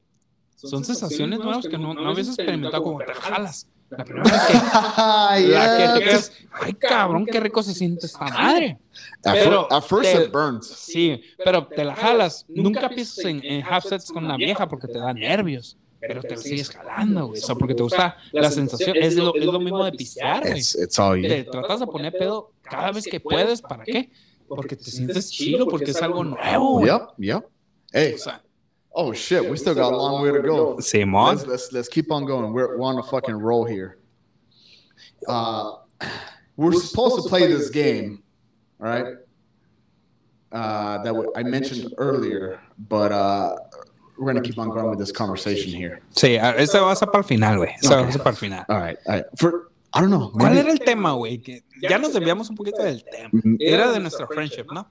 Speaker 2: Son sensaciones nuevas que no, no habías experimentado como te la jalas. La primera vez que, la que te
Speaker 1: yes.
Speaker 2: quedas, ay cabrón, qué rico se siente esta madre.
Speaker 1: At,
Speaker 2: Pero
Speaker 1: fir- at first,
Speaker 2: te-
Speaker 1: it burns.
Speaker 2: Sí, pero te la jalas. Nunca piensas en, en half sets con una vieja porque te da nervios. Pero te la sigues jalando, güey. O sea, porque te gusta la sensación. Es lo, es lo mismo de pistear, güey.
Speaker 1: It's it's all you.
Speaker 2: te tratas de poner pedo cada vez que puedes, ¿para qué? Porque te sientes chilo, porque es algo nuevo. güey.
Speaker 1: Yep, yep. Hey,
Speaker 2: O sea,
Speaker 1: oh shit, we still got a long way to go.
Speaker 2: Simón.
Speaker 1: Let's let's, let's keep on going. We're, we're on a fucking roll here. Uh, we're supposed to play this game, all right? Uh, that w- I mentioned earlier, but uh, we're gonna keep on going with this conversation here.
Speaker 2: Sí, a- esa va a ser para el final, güey. Esa va a ser para el final.
Speaker 1: All right, all right. For I don't know.
Speaker 2: ¿Cuál
Speaker 1: maybe-
Speaker 2: era el tema, güey? Que ya nos desviamos un poquito del tema. Era de nuestra friendship, ¿no?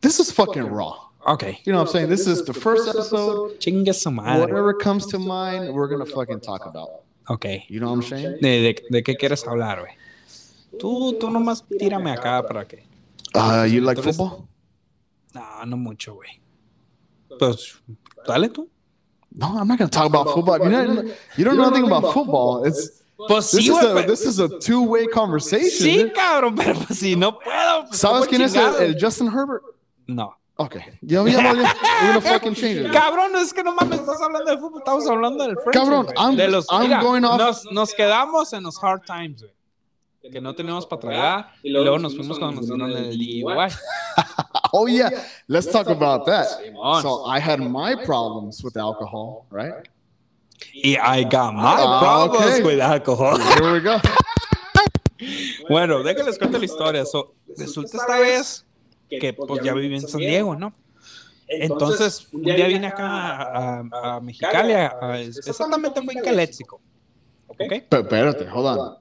Speaker 1: This is fucking raw.
Speaker 2: Ok.
Speaker 1: You know what I'm saying? This is the first episode.
Speaker 2: Chingue su madre.
Speaker 1: Whatever comes to mind, we're gonna fucking talk about.
Speaker 2: Ok.
Speaker 1: You know what I'm saying?
Speaker 2: ¿De, de, de qué quieres hablar, güey? Tú, tú nomás tírame acá para que.
Speaker 1: Uh, you like
Speaker 2: Entonces-
Speaker 1: football?
Speaker 2: No, no mucho, güey. Pues, dale tú.
Speaker 1: No, I'm not gonna talk about football. You know, you don't know anything about football. It's
Speaker 2: Pues
Speaker 1: this
Speaker 2: sí,
Speaker 1: is
Speaker 2: güey.
Speaker 1: a
Speaker 2: pero-
Speaker 1: this is a two way
Speaker 2: Sí,
Speaker 1: conversation.
Speaker 2: cabrón, pero pues, si no puedo. pues,
Speaker 1: Sabes
Speaker 2: ¿cómo
Speaker 1: quién es
Speaker 2: chingado?
Speaker 1: el, el Justin Herbert?
Speaker 2: No.
Speaker 1: Okay. Yo, yo, yo, we're gonna fucking change it.
Speaker 2: Cabrón, es que no mames, estás hablando de fútbol, estamos hablando del friendship.
Speaker 1: Cabrón,
Speaker 2: güey.
Speaker 1: I'm-
Speaker 2: de los,
Speaker 1: I'm
Speaker 2: mira,
Speaker 1: going off-
Speaker 2: Nos, nos quedamos en los hard times, güey. Que no teníamos para tragar. Y luego nos fuimos con los del DIY.
Speaker 1: Oh yeah, let's talk about that.
Speaker 2: Simón.
Speaker 1: So I had my problems with alcohol, right?
Speaker 2: Y I got my
Speaker 1: Ah,
Speaker 2: problems
Speaker 1: ok.
Speaker 2: with alcohol.
Speaker 1: Here we go.
Speaker 2: Bueno, déjenles cuento la historia. So, resulta esta vez que pues, ya viví en San Diego, ¿no? Entonces, un día vine acá a, a- a Mexicali, a- a- este, exactamente fue en Caléxico. ¿Ok?
Speaker 1: Pero espérate, hold on.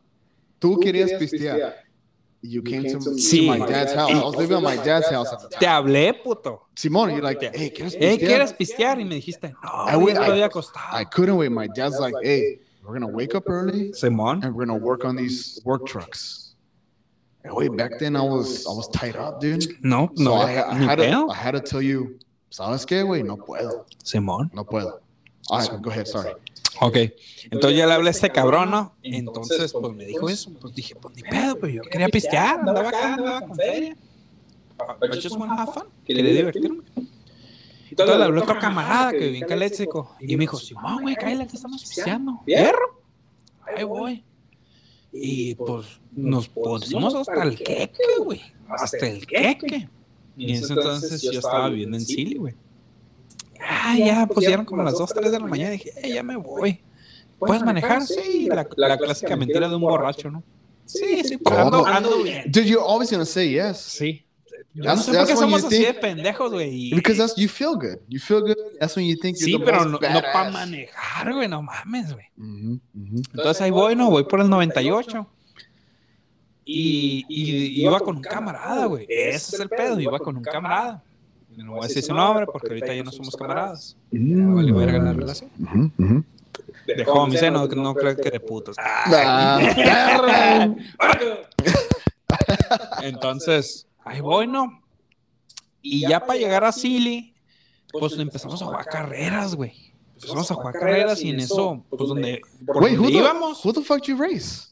Speaker 1: Tú querías
Speaker 3: querías
Speaker 1: pistear.
Speaker 3: pistear.
Speaker 1: You came to,
Speaker 2: Sí.
Speaker 1: to my dad's house. I was living at my dad's house at the time.
Speaker 2: Te hablé, puto.
Speaker 1: Simone, you're like, hey, quieres
Speaker 2: Eh,
Speaker 1: pistear?
Speaker 2: ¿quieres pistear? Y me dijiste, no,
Speaker 1: I
Speaker 2: güey,
Speaker 1: will-
Speaker 2: no
Speaker 1: I-
Speaker 2: podía acostado.
Speaker 1: I couldn't wait. My dad's like, hey, we're gonna wake up early
Speaker 2: Simón.
Speaker 1: and we're gonna work on these work trucks. And wait, back then I was I was tied up, dude. So
Speaker 2: No, no,
Speaker 1: I, I
Speaker 2: ni
Speaker 1: had to
Speaker 2: pedo.
Speaker 1: I had to tell you, sabes qué, güey, no puedo,
Speaker 2: Simón.
Speaker 1: no puedo. All right, go ahead. Sorry.
Speaker 2: Ok. Entonces ya le hablé a este cabrón, ¿no? Entonces, pues me dijo eso. Pues dije, pues ni pedo, pues yo quería pistear, andaba acá, andaba con feria. I just wanna have fun. Quería divertirme. Entonces le habló a otro camarada que vivía en Caléxico. Y me dijo, Simón, güey, cállate, que estamos pisteando. Hierro. Ahí voy. Y pues nos pusimos hasta el queque, güey. Hasta el queque. Y en ese entonces yo estaba viviendo en Chile, güey. Ah, ya, pues ya eran como las 2, 3 de la mañana. Dije, eh, ya me voy. ¿Puedes manejar? Sí, la, la clásica mentira de un borracho, ¿no? Sí, sí, pues ando,
Speaker 1: ¿Cómo?
Speaker 2: ando bien.
Speaker 1: Dude, you're always gonna say yes
Speaker 2: Sí. Yo no
Speaker 1: That's-
Speaker 2: sé por
Speaker 1: that's
Speaker 2: qué
Speaker 1: when
Speaker 2: somos
Speaker 1: you
Speaker 2: así de
Speaker 1: think-
Speaker 2: pendejos, güey. y-
Speaker 1: because that's you feel good. You feel good. That's when you think you're
Speaker 2: Sí,
Speaker 1: the
Speaker 2: pero
Speaker 1: most
Speaker 2: no, para
Speaker 1: badass.
Speaker 2: manejar, güey, no mames, güey.
Speaker 1: Mhm, mhm.
Speaker 2: Entonces ahí voy, no, voy por el 98. Y, y iba con un camarada, güey. Ese es el pedo, iba con un camarada. No voy a decir su nombre porque ahorita ya no somos camaradas. Ya vale verga la relación.
Speaker 1: Mhm, mhm.
Speaker 2: De homies, Ah, eh, no, no creo que de putos. Ah,
Speaker 1: Ah, perro.
Speaker 2: Entonces, ahí voy, ¿no? Y ya para llegar a Silly, pues empezamos a jugar carreras, güey. Empezamos a jugar carreras y en eso, pues donde, por
Speaker 1: Wait, who
Speaker 2: donde
Speaker 1: the,
Speaker 2: íbamos,
Speaker 1: who the fuck did you race?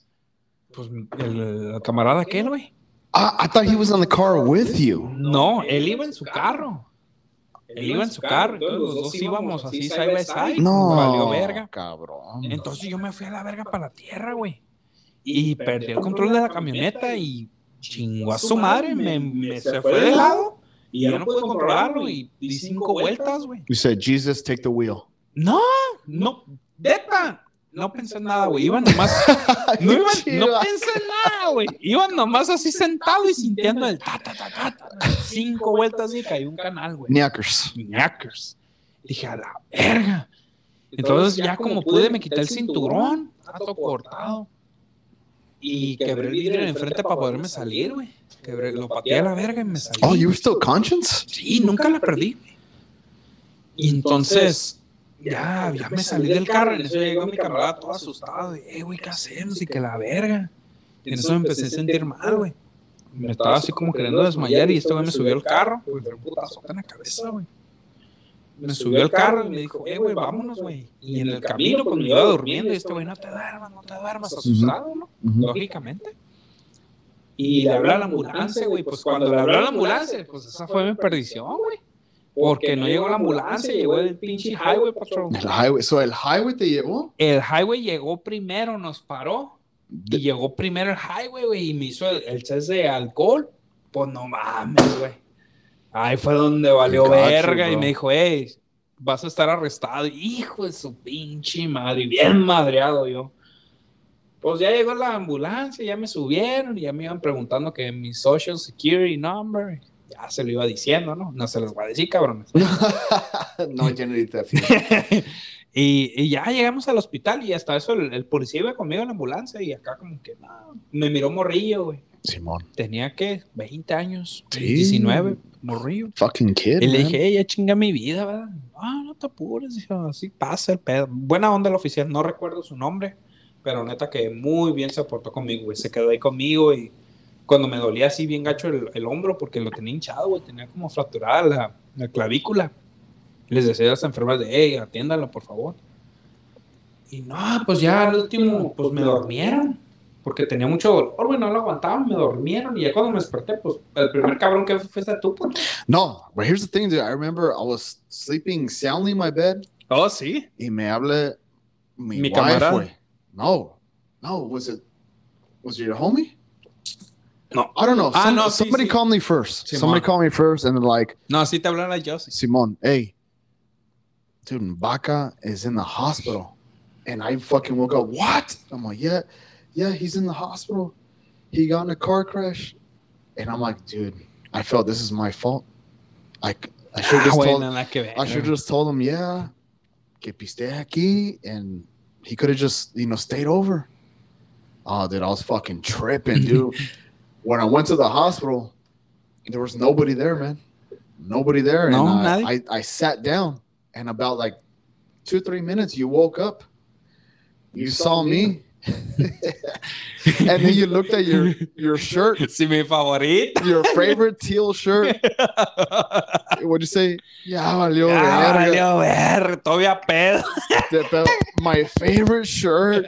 Speaker 2: pues el, el camarada aquel, güey.
Speaker 1: I, I thought he was on the car with you.
Speaker 2: No, él iba en su carro. Él iba en su carro, entonces los dos íbamos así side by side.
Speaker 1: No,
Speaker 2: Valió verga.
Speaker 1: cabrón.
Speaker 2: Entonces yo me fui a la verga para la tierra, güey. Y perdí el control de la camioneta y chingó a su madre, me, me- se fue de lado y ya no pude controlarlo y di cinco vueltas, güey.
Speaker 1: You said, Jesus, take the wheel.
Speaker 2: No, no, neta, no pensé en nada, güey. Iba nomás, no, iba- no pensé en nada, güey. Iba nomás así sentado y sintiendo el ta, ta, ta, ta, ta. Cinco vueltas y caí un canal, güey.
Speaker 1: Knackers.
Speaker 2: ñacas. Dije, a la verga. Entonces, ya como pude, me quité el cinturón, todo cortado. Y quebré el vidrio de enfrente para poderme salir, güey. Quebré, lo pateé a la verga y me salí.
Speaker 1: Oh, you were still conscious?
Speaker 2: Sí, nunca la perdí, güey. Y entonces, ya, pues, ya me salí del carro. En eso llegó mi camarada todo asustado. Y, eh, güey, ¿qué hacemos? Y que la verga. Y en eso me empecé a sentir mal, güey. Me estaba así como queriendo desmayar y este güey me subió al carro. Pues me dio un putazo en la cabeza, güey. Me subió al carro y me dijo, eh, güey, vámonos, güey. Y en el camino, pues me iba durmiendo. Y este güey, no te duermas, no te duermas, asustado, ¿no? Lógicamente. Y le habló a la ambulancia, güey. Pues cuando le habló a la ambulancia, pues esa fue mi perdición, güey. Porque no llegó la ambulancia, llegó el pinche Highway Patrol.
Speaker 1: El Mm-hmm. highway. So, el highway te llevó.
Speaker 2: El Highway llegó primero, nos paró. Y
Speaker 1: De-
Speaker 2: llegó primero el Highway, güey, y me hizo el, el test de alcohol. Pues no mames, güey. Ahí fue donde valió
Speaker 1: Gacho,
Speaker 2: verga y
Speaker 1: bro.
Speaker 2: me dijo, hey, vas a estar arrestado. Hijo de su pinche madre, bien madreado yo. Pues ya llegó la ambulancia, ya me subieron y ya me iban preguntando que mi social security number. Ya se lo iba diciendo, ¿no? No se los voy a decir, cabrones.
Speaker 1: no, Jenny Theft.
Speaker 2: Y, y ya llegamos al hospital y hasta eso el, el policía iba conmigo en la ambulancia y acá como que, no, me miró morrillo, güey.
Speaker 1: Simón.
Speaker 2: tenía que 20 años,
Speaker 1: Sí.
Speaker 2: 19, morrillo.
Speaker 1: Fucking kid.
Speaker 2: Y le
Speaker 1: man.
Speaker 2: dije, "Ey, ya chinga mi vida, ¿verdad? Ah, no te apures, dije, así pasa el pedo. Buena onda el oficial, no recuerdo su nombre, pero neta que muy bien se portó conmigo, güey. Se quedó ahí conmigo y cuando me dolía así bien gacho el, el hombro porque lo tenía hinchado, güey, tenía como fracturada la, la clavícula. Les decía a las enfermas de, hey, atiéndalo, por favor. Y no, pues ya al último, pues me durmieron. Porque tenía mucho dolor, güey, no lo aguantaban, me durmieron. Y ya cuando me desperté, pues el primer cabrón que fue fuiste tú, pues.
Speaker 1: No, but here's the thing, dude. I remember I was sleeping soundly in my bed.
Speaker 2: Oh, sí.
Speaker 1: Y me habla mi,
Speaker 2: Mi
Speaker 1: wife,
Speaker 2: camarada.
Speaker 1: güey. No, no, was it, was it your homie?
Speaker 2: No.
Speaker 1: I don't know.
Speaker 2: Ah,
Speaker 1: Some-
Speaker 2: no, sí,
Speaker 1: somebody
Speaker 2: sí.
Speaker 1: called me first.
Speaker 2: Simón.
Speaker 1: Somebody called me first, and they're like,
Speaker 2: No, sí te hablan a Josie.
Speaker 1: Simon, hey, dude, Mbaka is in the hospital. And I fucking woke up, what? I'm like, yeah, yeah, he's in the hospital. He got in a car crash. And I'm like, dude, I felt this is my fault. I, I should have
Speaker 2: Ah,
Speaker 1: just
Speaker 2: güey,
Speaker 1: told
Speaker 2: nada que ver.
Speaker 1: I should have just told him, yeah, que piste aquí, and he could have just, you know, stayed over. Oh, dude, I was fucking tripping, dude. when I went to the hospital, there was nobody there, man. Nobody there.
Speaker 2: No,
Speaker 1: and I, I,
Speaker 2: nadie.
Speaker 1: I sat down, and about like two, three minutes, you woke up. You saw me. and then you looked at your, your shirt,
Speaker 2: Sí, mi favorita.
Speaker 1: your favorite teal shirt. What'd you say? Yeah, valió
Speaker 2: Ah,
Speaker 1: verga.
Speaker 2: valió ver, todavía pedo.
Speaker 1: that, that- my favorite shirt.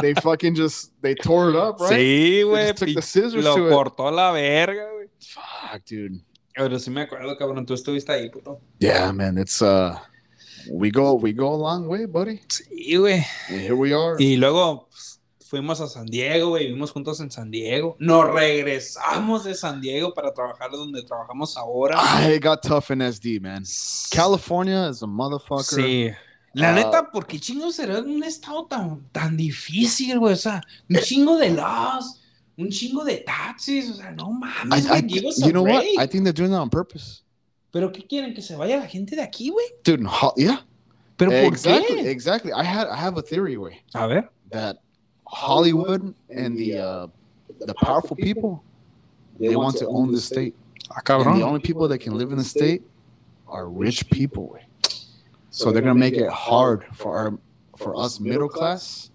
Speaker 1: They fucking just they tore it up, right?
Speaker 2: Sí, güey.
Speaker 1: just took
Speaker 2: pin-
Speaker 1: the scissors
Speaker 2: Lo
Speaker 1: to it.
Speaker 2: cortó la verga, güey.
Speaker 1: Fuck, dude.
Speaker 2: Pero sí me acuerdo, cabrón, tú estuviste ahí, puto.
Speaker 1: Yeah, man. It's uh, we go we go a long way, buddy.
Speaker 2: Sí, güey.
Speaker 1: And here we are.
Speaker 2: Y luego pues, fuimos a San Diego, güey, vivimos juntos en San Diego. Nos regresamos de San Diego para trabajar donde trabajamos ahora.
Speaker 1: Ah, it got tough in SD, man. California is a motherfucker.
Speaker 2: Sí. La
Speaker 1: Ah.
Speaker 2: neta, ¿por qué chingo será en un estado tan, tan difícil, güey? O sea, un chingo de laws, un chingo de taxis, o sea, no
Speaker 1: I,
Speaker 2: mames,
Speaker 1: I,
Speaker 2: güey, give us a
Speaker 1: you know what?
Speaker 2: break.
Speaker 1: I think they're doing that on purpose,
Speaker 2: ¿Pero qué quieren? ¿Que se vaya la gente de aquí, güey?
Speaker 1: dude. in Ho- yeah,
Speaker 2: ¿Pero por
Speaker 1: exactly,
Speaker 2: qué?
Speaker 1: exactly. I had I have a theory way
Speaker 2: A ver.
Speaker 1: that Hollywood and the uh, the powerful people they want to own the state.
Speaker 2: Ah,
Speaker 1: And the only people that can live in the state are rich people. güey. So they're gonna make it hard for our, for us middle class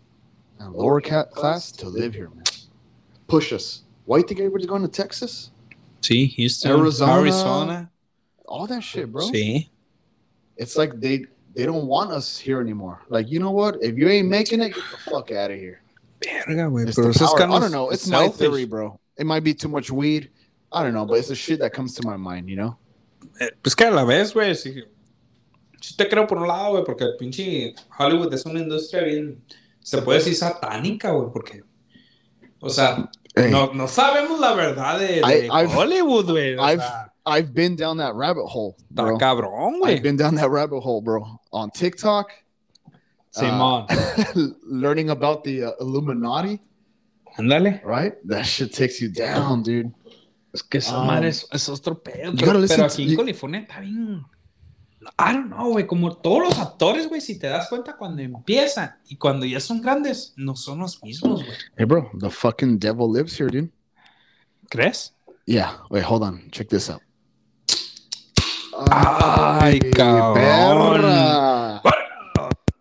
Speaker 1: and lower ca- class to live here, man. Push us. Why you think everybody's going to Texas?
Speaker 2: Sí, Houston,
Speaker 1: Arizona.
Speaker 2: Arizona.
Speaker 1: All that shit, bro.
Speaker 2: Sí.
Speaker 1: It's like they they don't want us here anymore. Like, you know what? If you ain't making it, get the fuck out of here.
Speaker 2: Verga, güey.
Speaker 1: It's
Speaker 2: Pero
Speaker 1: the
Speaker 2: eso es
Speaker 1: Este power.
Speaker 2: kind
Speaker 1: I
Speaker 2: of
Speaker 1: don't know. It's my
Speaker 2: selfish.
Speaker 1: theory, bro. It might be too much weed. I don't know, but it's the shit that comes to my mind, you know?
Speaker 2: Eh, Pues que a la vez, güey, sí, sí te creo por un lado, güey, porque el pinche Hollywood es una industria bien, se puede decir satánica, güey, porque, o sea,
Speaker 1: Hey,
Speaker 2: no, no sabemos la verdad de, de
Speaker 1: I- I've-
Speaker 2: Hollywood, güey. o
Speaker 1: I've-
Speaker 2: sea,
Speaker 1: I've been down that rabbit hole,
Speaker 2: está
Speaker 1: bro.
Speaker 2: cabrón,
Speaker 1: I've
Speaker 2: güey.
Speaker 1: been down that rabbit hole, bro. On TikTok,
Speaker 2: Simón,
Speaker 1: learning about the uh, Illuminati,
Speaker 2: ándale.
Speaker 1: right? That shit takes you down, dude.
Speaker 2: Es que esa
Speaker 1: Um,
Speaker 2: madre es, es otro pedo.
Speaker 1: you
Speaker 2: Pero,
Speaker 1: gotta listen
Speaker 2: pero
Speaker 1: to-
Speaker 2: aquí en
Speaker 1: you-
Speaker 2: California está bien. I don't know, güey. Como todos los actores, güey, si te das cuenta, cuando empiezan y cuando ya son grandes, no son los mismos, güey.
Speaker 1: Hey, bro, the fucking devil lives here, dude.
Speaker 2: ¿Crees?
Speaker 1: Yeah. Wait, hold on. Check this out.
Speaker 2: Ay, cabrón.
Speaker 1: perra.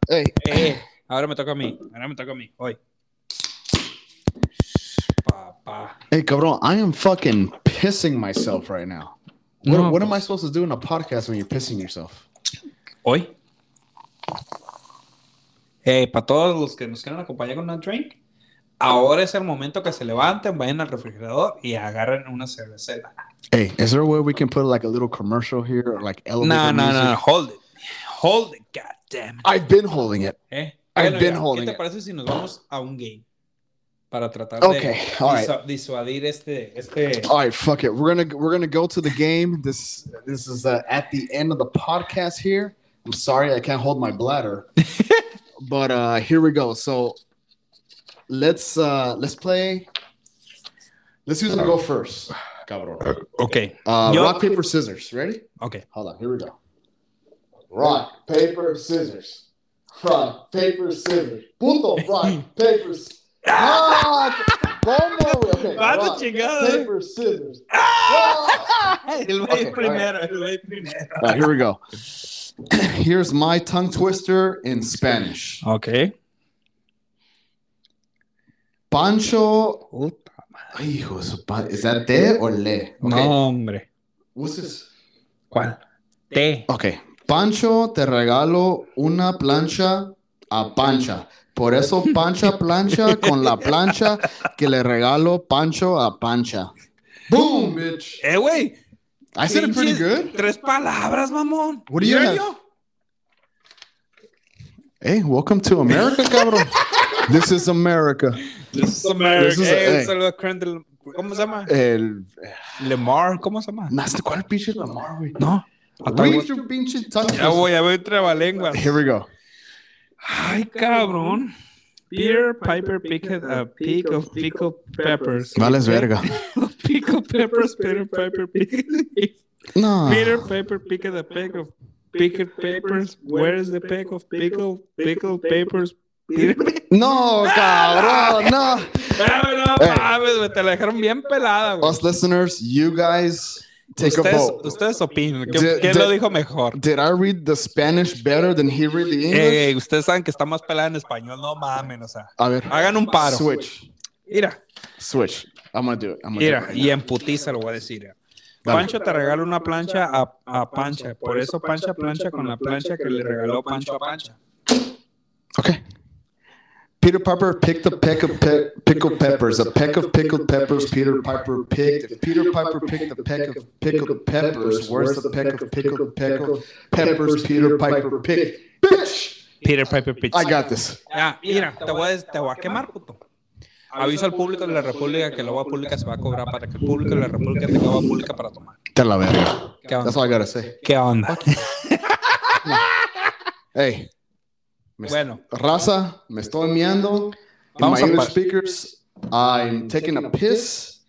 Speaker 1: Hey,
Speaker 2: Eh, ahora me toca a mí. Ahora me toca a mí. Hoy. Papá.
Speaker 1: hey, cabrón. I am fucking pissing myself right now. What,
Speaker 2: No,
Speaker 1: what am I
Speaker 2: pues.
Speaker 1: supposed to do in a podcast when you're pissing yourself?
Speaker 2: Hoy. Eh, para todos los que nos quieran acompañar con una drink, ahora es el momento que se levanten, vayan al refrigerador y agarren una cervecera.
Speaker 1: Hey, is there a way we can put like a little commercial here or like elevator
Speaker 2: No, no,
Speaker 1: music?
Speaker 2: no, hold it. Hold it, goddamn.
Speaker 1: I've been holding it.
Speaker 2: Eh,
Speaker 1: I've
Speaker 2: bueno,
Speaker 1: been
Speaker 2: ya,
Speaker 1: holding
Speaker 2: ¿Qué te
Speaker 1: it.
Speaker 2: parece si nos vamos a un game? Para tratar
Speaker 1: Okay,
Speaker 2: de
Speaker 1: all right.
Speaker 2: disua- disuadir este, este
Speaker 1: All right, fuck it. We're gonna we're gonna go to the game. This this is uh, at the end of the podcast here. I'm sorry I can't hold my bladder, but uh, here we go. So let's uh, let's play. Let's who's gonna go first. Cabrón.
Speaker 2: Ok,
Speaker 1: Uh,
Speaker 2: Yo-
Speaker 1: rock paper scissors. Ready?
Speaker 2: ok.
Speaker 1: Hold on. Here we go. Rock paper scissors. Rock paper scissors. Puto rock paper. s- Ah, ¿cómo, güey? Okay,
Speaker 2: Vato
Speaker 1: rock,
Speaker 2: chingado, eh.
Speaker 1: paper scissors. Ah!
Speaker 2: El güey
Speaker 1: Ok,
Speaker 2: primero, el güey primero.
Speaker 1: All right, here we go. Here's my tongue twister in Spanish.
Speaker 2: Ok.
Speaker 1: Pancho. Ay, hijo de su pa- Is that de or le? Okay.
Speaker 2: No, hombre.
Speaker 1: What's this?
Speaker 2: ¿Cuál? T.
Speaker 1: Okay. Pancho, te regalo una plancha a Pancha. Por eso Pancha plancha con la plancha que le regalo Pancho a Pancha. Boom, bitch.
Speaker 2: Eh, güey.
Speaker 1: I said it pretty
Speaker 2: pinches
Speaker 1: good.
Speaker 2: Tres palabras, mamón.
Speaker 1: What do you
Speaker 2: There
Speaker 1: have? Hey, welcome to America, cabrón. this is America.
Speaker 2: This is America.
Speaker 1: This is-
Speaker 2: Eh,
Speaker 1: eh.
Speaker 2: un saludo a Crandall. ¿Cómo se llama?
Speaker 1: El, Eh,
Speaker 2: Lemar. ¿Cómo se llama?
Speaker 1: Nas- ¿Cuál pinche Lamar, güey?
Speaker 2: No.
Speaker 1: Read your pinche tongue
Speaker 2: Ya
Speaker 1: twister.
Speaker 2: voy a ver trabalenguas.
Speaker 1: Here we go.
Speaker 2: Ay, cabrón. Peter Piper picked a peak of pickled peppers.
Speaker 1: Vales verga.
Speaker 2: Pickled peppers, Peter Piper picked.
Speaker 1: No.
Speaker 2: Peter Piper picked a peck of pickled papers. Where is the peck of pickled pickled papers? Peter
Speaker 1: No, cabrón. No.
Speaker 2: Piper- Ah, no
Speaker 1: Hey.
Speaker 2: mames, güey, te la dejaron bien pelada, güey.
Speaker 1: Us listeners, you guys take a
Speaker 2: Ustedes,
Speaker 1: vote.
Speaker 2: ustedes opinen. ¿Qué-
Speaker 1: De-
Speaker 2: ¿Quién
Speaker 1: de-
Speaker 2: lo dijo mejor?
Speaker 1: Did I read the Spanish better than he read the English?
Speaker 2: Eh, ustedes saben que está más pelada en español, no mamen, o sea.
Speaker 1: A ver.
Speaker 2: Hagan un paro.
Speaker 1: Switch.
Speaker 2: Mira,
Speaker 1: Switch. I'm gonna do it. I'm gonna
Speaker 2: mira,
Speaker 1: do it.
Speaker 2: y en putiza lo voy a decir. eh.
Speaker 1: Dale.
Speaker 2: Pancho te regala una plancha a, a Pancha, por eso Pancha plancha con la plancha que le regaló Pancho a Pancha.
Speaker 1: Okay. Peter Piper picked a peck of pe- pickled peppers. A peck of pickled peppers. Peter Piper picked. If Peter Piper picked a peck of pickled peppers, where's the peck of pickled pickled peppers? Peter Piper picked. Bitch,
Speaker 2: Peter Piper Pitch.
Speaker 1: I got this.
Speaker 2: Ya, mira, te voy, a, te voy a quemar, puto. Aviso al público de la República que la agua pública se va a cobrar para que el público de la República tenga agua pública para tomar.
Speaker 1: Te la verga.
Speaker 2: ¿Qué
Speaker 1: That's
Speaker 2: onda?
Speaker 1: all I gotta say.
Speaker 2: ¿Qué onda?
Speaker 1: Hey, me-
Speaker 2: Bueno,
Speaker 1: raza, me estoy meando. And my
Speaker 2: vamos a
Speaker 1: English
Speaker 2: par-
Speaker 1: speakers, I'm taking a piss.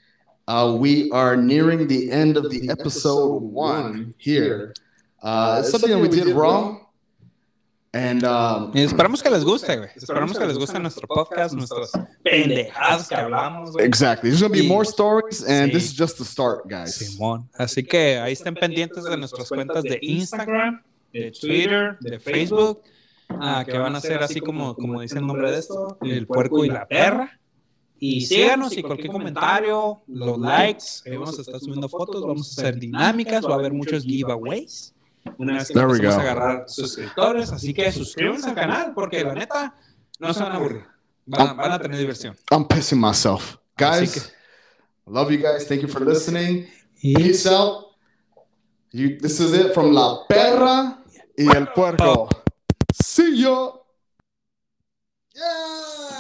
Speaker 1: Uh, we are nearing the end of the episode one here. Uh, it's something that we did wrong, and um,
Speaker 2: Y Esperamos que les guste, güey. Esperamos que les guste nuestro podcast, nuestras pendejadas que hablamos, güey.
Speaker 1: exactly. There's gonna be
Speaker 2: Sí.
Speaker 1: more stories, and this
Speaker 2: Sí.
Speaker 1: is just the start, guys.
Speaker 2: Simón. Así que ahí estén pendientes de nuestras cuentas de Instagram, de Twitter, de Facebook, ah, que van a ser así como, como dice el nombre de esto, el puerco y la perra. Y síganos y cualquier comentario, los likes, ahí vamos a estar subiendo fotos, vamos a hacer dinámicas, va a haber muchos giveaways. Una vez que
Speaker 1: There we
Speaker 2: empecemos a
Speaker 1: go.
Speaker 2: agarrar suscriptores, así que suscríbanse al canal porque la neta no se van a aburrir. Van, a- van a tener diversión.
Speaker 1: I'm pissing myself. Guys,
Speaker 2: que-
Speaker 1: love you guys. Thank you for listening.
Speaker 2: Y
Speaker 1: Peace out. You, this is it from La Perra y El Puerco. See ya. Yeah.